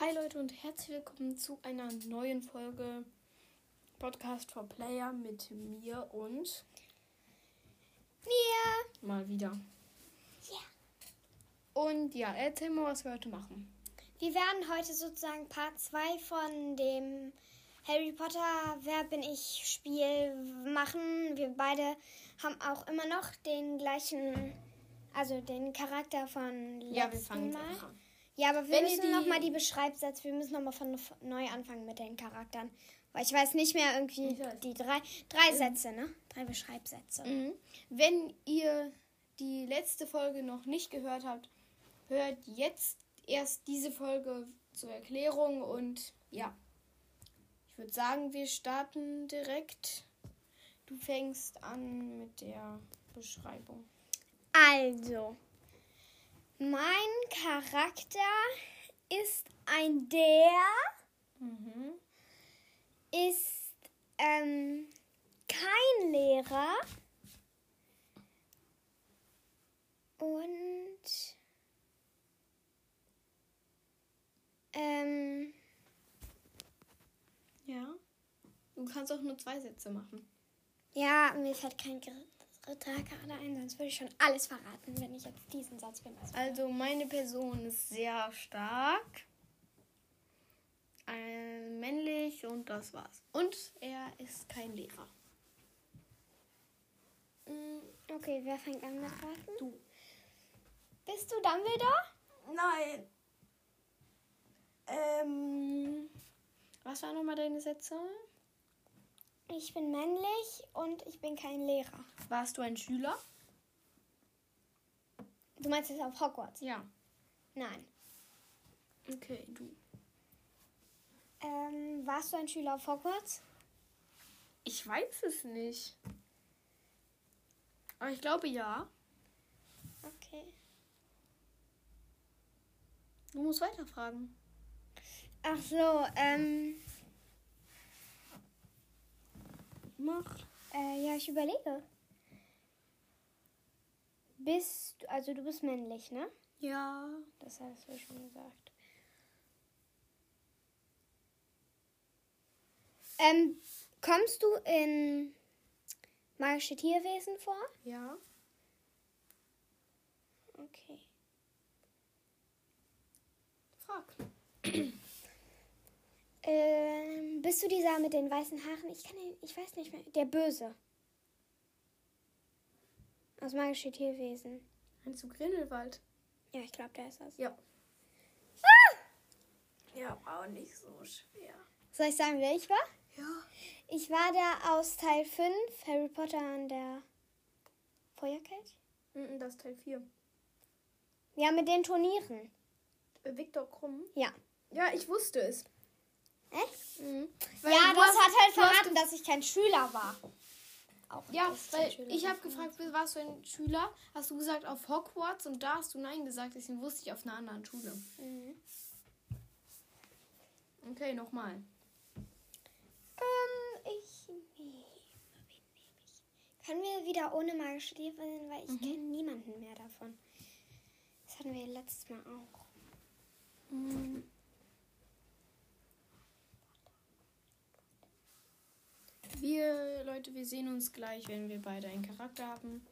Hi Leute und herzlich willkommen zu einer neuen Folge Podcast for Player mit mir und Wir. mal wieder. Und ja, erzähl mal, was wir heute machen. Wir werden heute sozusagen Part 2 von dem Harry Potter Wer bin ich Spiel machen. Wir beide haben auch immer noch den gleichen, also den Charakter von letzten Ja, wir fangen jetzt Mal. einfach an. Ja, aber wir Wenn ihr müssen die- nochmal die Beschreibsatz, wir müssen nochmal von von neu anfangen mit den Charakteren. Weil ich weiß nicht mehr irgendwie Ich weiß. die drei, drei Sätze, ne? Drei Beschreibsätze. Mhm. Wenn ihr die letzte Folge noch nicht gehört habt, hört jetzt erst diese Folge zur Erklärung und ja. Ich würde sagen, wir starten direkt. Du fängst an mit der Beschreibung. Also, mein Charakter ist ein der, Mhm. ist ähm, kein Lehrer und ähm, Ja. Du kannst auch nur zwei Sätze machen. ja, mir fällt kein dritter gerade ein, sonst würde ich schon alles verraten, wenn ich jetzt diesen Satz benutze. Also meine Person ist sehr stark, äh, männlich und das war's. Und er ist kein Lehrer. Mm, Okay, wer fängt an mit Raten? Du. Bist du Dumbledore? Nein. Ähm. Was waren nochmal deine Sätze? Ich bin männlich und ich bin kein Lehrer. Warst du ein Schüler? Du meinst jetzt auf Hogwarts? Ja. Nein. Okay, du. Ähm, warst du ein Schüler auf Hogwarts? Ich weiß es nicht. Aber ich glaube ja. Okay. Du musst weiterfragen. Ach so, ähm, Mach. äh, ja, ich überlege. Bist du, also du bist männlich, ne? Ja. Das hast du schon gesagt. Ähm, kommst du in magische Tierwesen vor? Ja. Okay. Frag. Ähm, bist du dieser mit den weißen Haaren? Ich kann ihn, ich weiß nicht mehr. Der Böse. Aus magische Tierwesen. Meinst du Grindelwald? Ja, ich glaube, der ist das. Ja. Ja, war auch nicht so schwer. Soll ich sagen, wer ich war? Ja. Ich war der aus Teil 5, Harry Potter an der Feuerkelch. Mhm, das ist Teil 4. Ja, mit den Turnieren. Äh, Viktor Krumm. Ja. Ja, ich wusste es. Echt? Mhm. ja, das hat halt du hast verraten, dass ich kein Schüler war. Auch Ja, dass kein weil Schüler ich war. habe gefragt, warst du ein Schüler? Hast du gesagt auf Hogwarts und da hast du Nein gesagt, deswegen wusste ich auf einer anderen Schule. Mhm. Okay, nochmal. Ähm, ich nehme, wen nehme ich? Können wir wieder ohne magische Tierwesen, weil ich kenne niemanden mehr davon. Das hatten wir letztes Mal auch. Mhm. Wir, Leute, wir sehen uns gleich, wenn wir beide einen Charakter haben.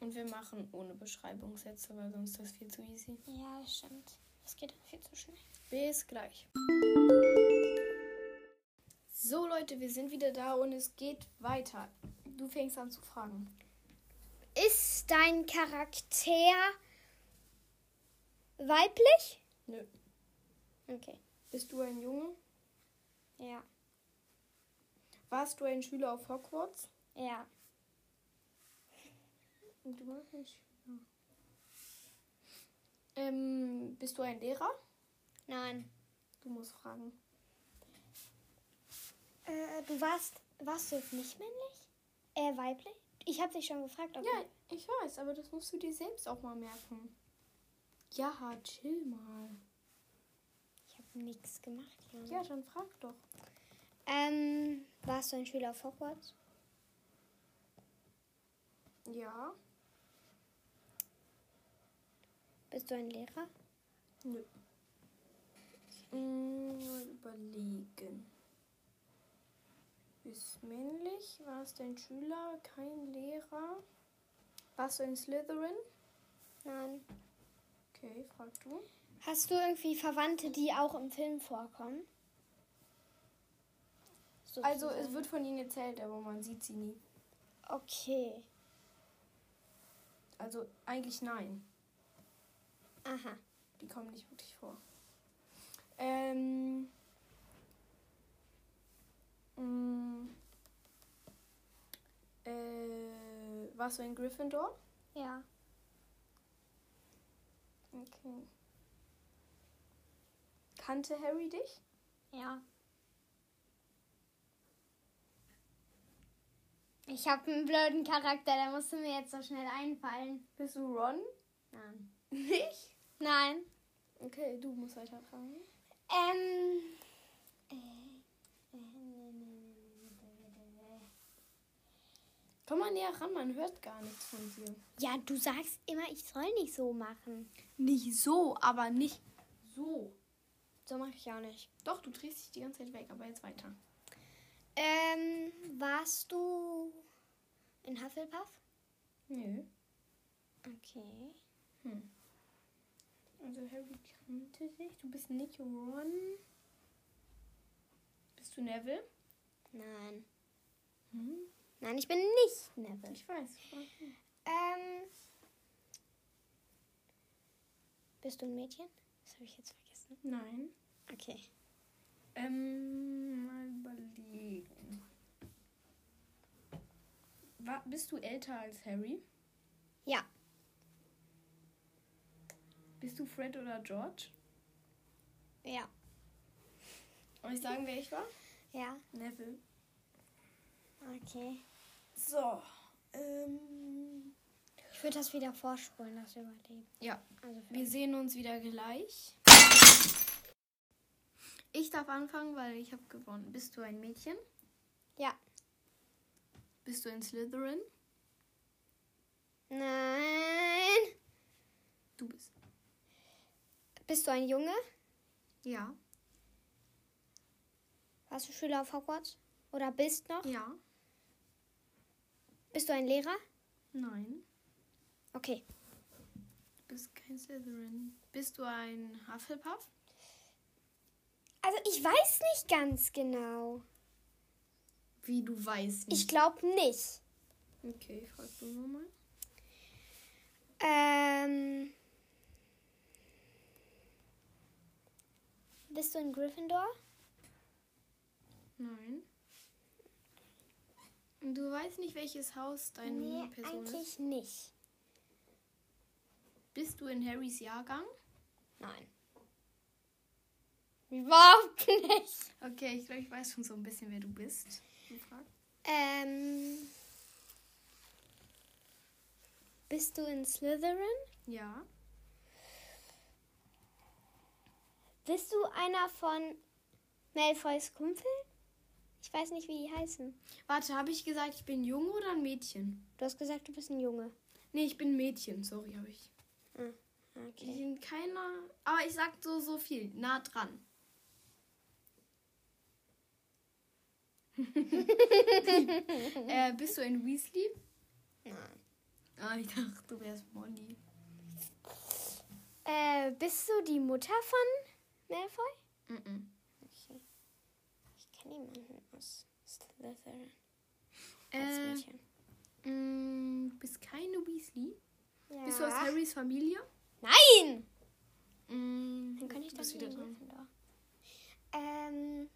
Und wir machen ohne Beschreibungssätze, weil sonst ist das viel zu easy. Ja, stimmt. Das geht dann viel zu schnell. Bis gleich. So Leute, wir sind wieder da und es geht weiter. Du fängst an zu fragen. Ist dein Charakter weiblich? Nö. Okay. Bist du ein Junge? Ja. Warst du ein Schüler auf Hogwarts? Ja. Du warst ein Schüler. Ähm, bist du ein Lehrer? Nein. Du musst fragen. Äh, du warst, warst du jetzt nicht männlich? Äh, weiblich? Ich habe dich schon gefragt, ob Ja, ich weiß, aber das musst du dir selbst auch mal merken. Ja, chill mal. ich habe nichts gemacht. Junge. Ja, dann frag doch. Ähm, warst du ein Schüler auf Hogwarts? Ja. Bist du ein Lehrer? Nö. Mm, überlegen. Ist männlich? War es dein Schüler? Kein Lehrer? Warst du in Slytherin? Nein. Okay, frag du. Hast du irgendwie Verwandte, die auch im Film vorkommen? Also Sozusagen. es wird von ihnen erzählt, aber man sieht sie nie. Okay. Also eigentlich nein. Aha. Die kommen nicht wirklich vor. Ähm. Mm, äh, warst du in Gryffindor? Ja. Okay. Kannte Harry dich? Ja. Ich habe einen blöden Charakter, der musste mir jetzt so schnell einfallen. Bist du Ron? Nein. Nicht? Nein. Okay, du musst weiterfragen. Ähm. äh, äh, nee, nee, nee, nee, nee, nee, nee. Komm mal näher ran, man hört gar nichts von dir. Ja, du sagst immer, ich soll nicht so machen. Nicht so, aber nicht so. So mache ich auch nicht. Doch, du drehst dich die ganze Zeit weg, aber jetzt weiter. Ähm, warst du in Hufflepuff? Nö. Okay. Also Harry kannte dich. Du bist nicht Ron. Bist du Neville? Nein. Hm? Nein, ich bin nicht Neville. Ich weiß. Ähm. Bist du ein Mädchen? Das habe ich jetzt vergessen. Nein. Okay. Ähm, mal überlegen. Wa- bist du älter als Harry? Ja. Bist du Fred oder George? Ja. Soll ich sagen, wer ich war? Ja. Neville. Okay. So. Ähm, Ich würde das wieder vorspulen, das Überleben. ja, Also für wir sehen uns wieder gleich. Ich darf anfangen, weil ich habe gewonnen. Bist du ein Mädchen? Ja. Bist du in Slytherin? Nein. Du bist. Bist du ein Junge? Ja. Warst du Schüler auf Hogwarts? Oder bist noch? Ja. Bist du ein Lehrer? Nein. Okay. Du bist kein Slytherin. Bist du ein Hufflepuff? Also ich weiß nicht ganz genau. Wie du weißt. Ich glaube nicht. Okay, frag du nochmal. Ähm. Bist du in Gryffindor? Nein. Und du weißt nicht, welches Haus deine Person ist. eigentlich nicht. Bist du in Harrys Jahrgang? Nein. Überhaupt nicht. Okay, ich glaube, ich weiß schon so ein bisschen, wer du bist. Du fragst. Ähm. Bist du in Slytherin? Ja. Bist du einer von Malfoys Kumpel? Ich weiß nicht, wie die heißen. Warte, habe ich gesagt, ich bin Junge oder ein Mädchen? Du hast gesagt, du bist ein Junge. Nee, ich bin Mädchen. Sorry, habe ich. Ich Okay. bin keiner. Aber ich sag so, so viel. Nah dran. äh, bist du in Weasley? Nein. Ah, ich dachte, du wärst Molly. Äh, bist du die Mutter von Malfoy? Mhm. Okay. Ich kenne jemanden aus Slytherin. Als Äh, Mädchen. mh, bist keine Weasley? Ja. Bist du aus Harrys Familie? Nein! Mhm. Mm, Dann kann ich Du das bist wieder wieder dran. Gryffindor. Ähm.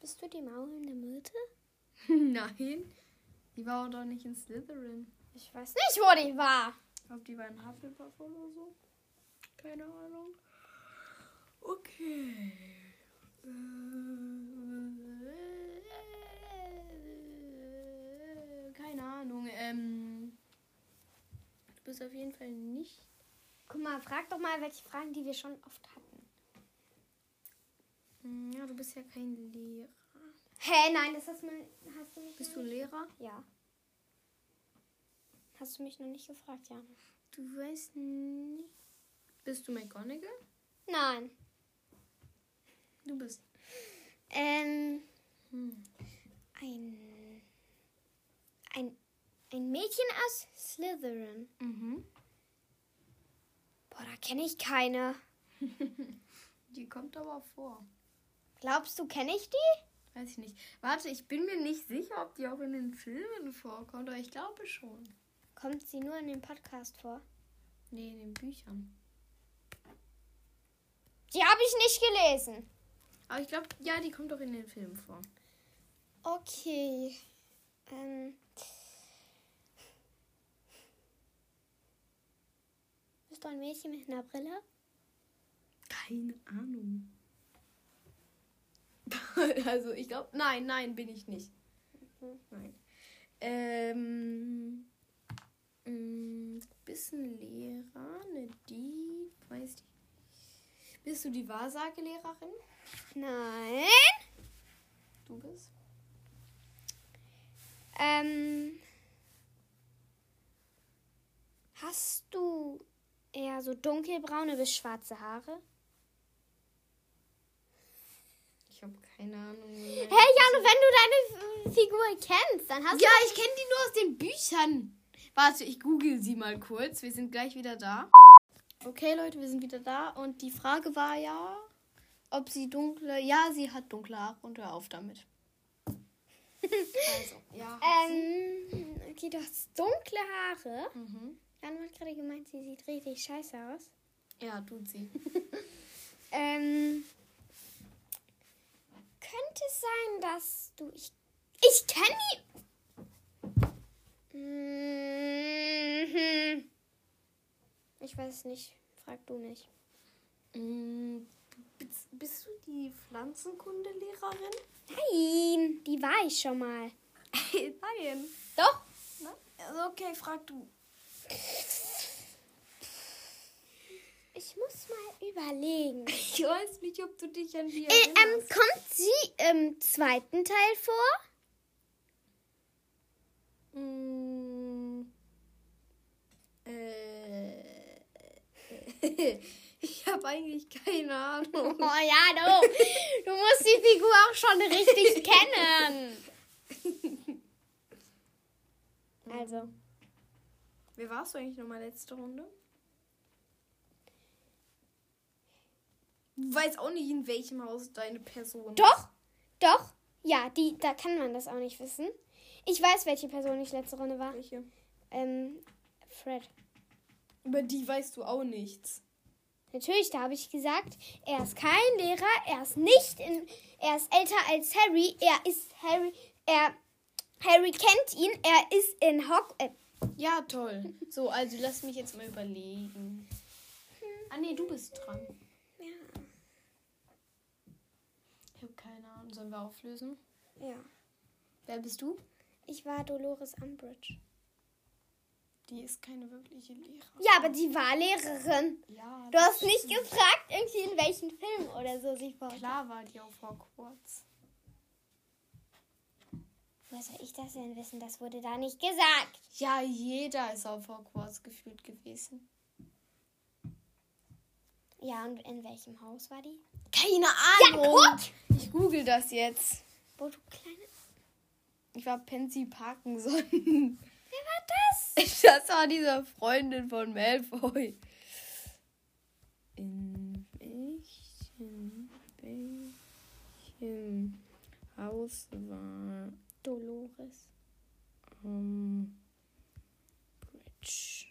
Bist du die maulende Myrte? Nein. Die war auch doch nicht in Slytherin. Ich weiß nicht, wo die war. Ich glaube, die war in Hufflepuff oder so. Keine Ahnung. Okay. Äh, Keine Ahnung. Ähm, du bist auf jeden Fall nicht. Guck mal, frag doch mal welche Fragen, die wir schon oft hatten. Hm, Ja, du bist ja kein Lehrer. Hä, nein, das hast, man, hast du mich Bist noch du Lehrer? nicht- Ja. Hast du mich noch nicht gefragt, ja. Du weißt nicht. Bist du McGonagall? Nein. Du bist. Ähm, Hm. ein, ein, ein Mädchen aus Slytherin. Mhm. Boah, da kenne ich keine. Die kommt aber vor. Glaubst du, kenne ich die? Weiß ich nicht. Warte, ich bin mir nicht sicher, ob die auch in den Filmen vorkommt, aber ich glaube schon. Kommt sie nur in dem Podcast vor? Nee, in den Büchern. Die habe ich nicht gelesen. Aber ich glaube, ja, die kommt auch in den Filmen vor. Okay. Ähm. Bist du ein Mädchen mit einer Brille? Keine Ahnung. also ich glaube, nein, nein, bin ich nicht. Mhm. Nein. Ähm, mh, bist ein Lehrer, eine die, weiß ich. Bist du die Wahrsagelehrerin? Nein. Du bist. Ähm. Hast du eher so dunkelbraune bis schwarze Haare? Ich habe keine Ahnung. Hey, Jan, wenn du deine F- Figur kennst, dann hast ja, ich kenne die nur aus den Büchern. Warte, ich google sie mal kurz. Wir sind gleich wieder da. Okay, Leute, wir sind wieder da. Und die Frage war ja, ob sie dunkle. Ja, sie hat dunkle Haare und hör auf damit. also, ja. du. Ähm. Okay, du hast dunkle Haare. Mhm. Jan hat gerade gemeint, sie sieht richtig scheiße aus. Ja, tut sie. Ähm. Könnte es sein, dass du. Ich, ich kenne die. Mhm. Ich weiß es nicht. Frag du nicht. Mm, bist- Bist du die Pflanzenkundelehrerin? Nein, die war ich schon mal. Nein. Doch. Ne? Also, Okay, frag du. Ich muss mal überlegen. Ich weiß nicht, ob du dich an die Äh, ähm, erinnerst. kommt sie im zweiten Teil vor? Mm. Äh, ich habe eigentlich keine Oh Ahnung. ja, du. Du musst die Figur auch schon richtig kennen. Also. Wer warst du eigentlich nochmal letzte Runde? Ich weiß auch nicht, in welchem Haus deine Person ist. Doch, doch. Ja, die, da kann man das auch nicht wissen. Ich weiß, welche Person ich letzte Runde war. Welche? Ähm, Fred. Über die weißt du auch nichts. Natürlich, da habe ich gesagt, er ist kein Lehrer, er ist nicht in, er ist älter als Harry, er ist Harry, er, Harry kennt ihn, er ist in Hog, äh, Ja, toll. So, also lass mich jetzt mal überlegen. Ah, nee, du bist dran. Ich habe keine Ahnung. Sollen wir auflösen? ja, Wer bist du? ich war Dolores Umbridge. Die ist keine wirkliche Lehrerin. Ja, aber die war Lehrerin. Ja, Du hast nicht gefragt, irgendwie in welchen Film oder so sie vorkommt. Klar war die auf Hogwarts. Woher soll ich das denn wissen? Das wurde da nicht gesagt. Ja, jeder ist auf Hogwarts gefühlt gewesen. Ja, und in welchem Haus war die? Keine guck! ich google das jetzt. Wo du kleine. Ich war Pansy Parkinson. Wer war das? Das war diese Freundin von Malfoy. In welchem, welchem Haus war Dolores. Um, Bridge.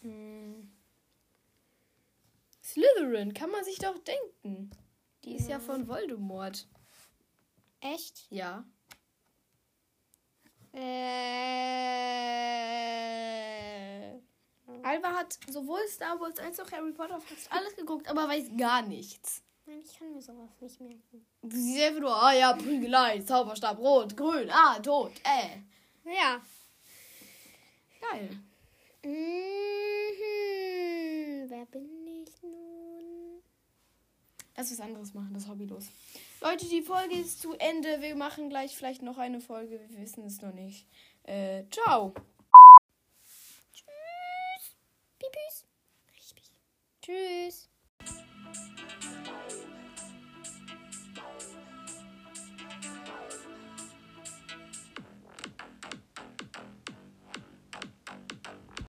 Hm. Slytherin, kann man sich doch denken. Die ist ja, von Voldemort. Echt? Ja. Äh. Alba hat sowohl Star Wars als auch Harry Potter fast alles geguckt, aber weiß gar nichts. Nein, ich kann mir sowas nicht merken. Sie ist einfach nur, ah ja, Prügelei, Zauberstab, rot, grün, ah, tot, äh. Ja. Geil. Mhm. Wer bin ich nun? Lass was anderes machen, das Hobby los. Leute, die Folge ist zu Ende. Wir machen gleich vielleicht noch eine Folge. Wir wissen es noch nicht. Äh, ciao. Tschüss.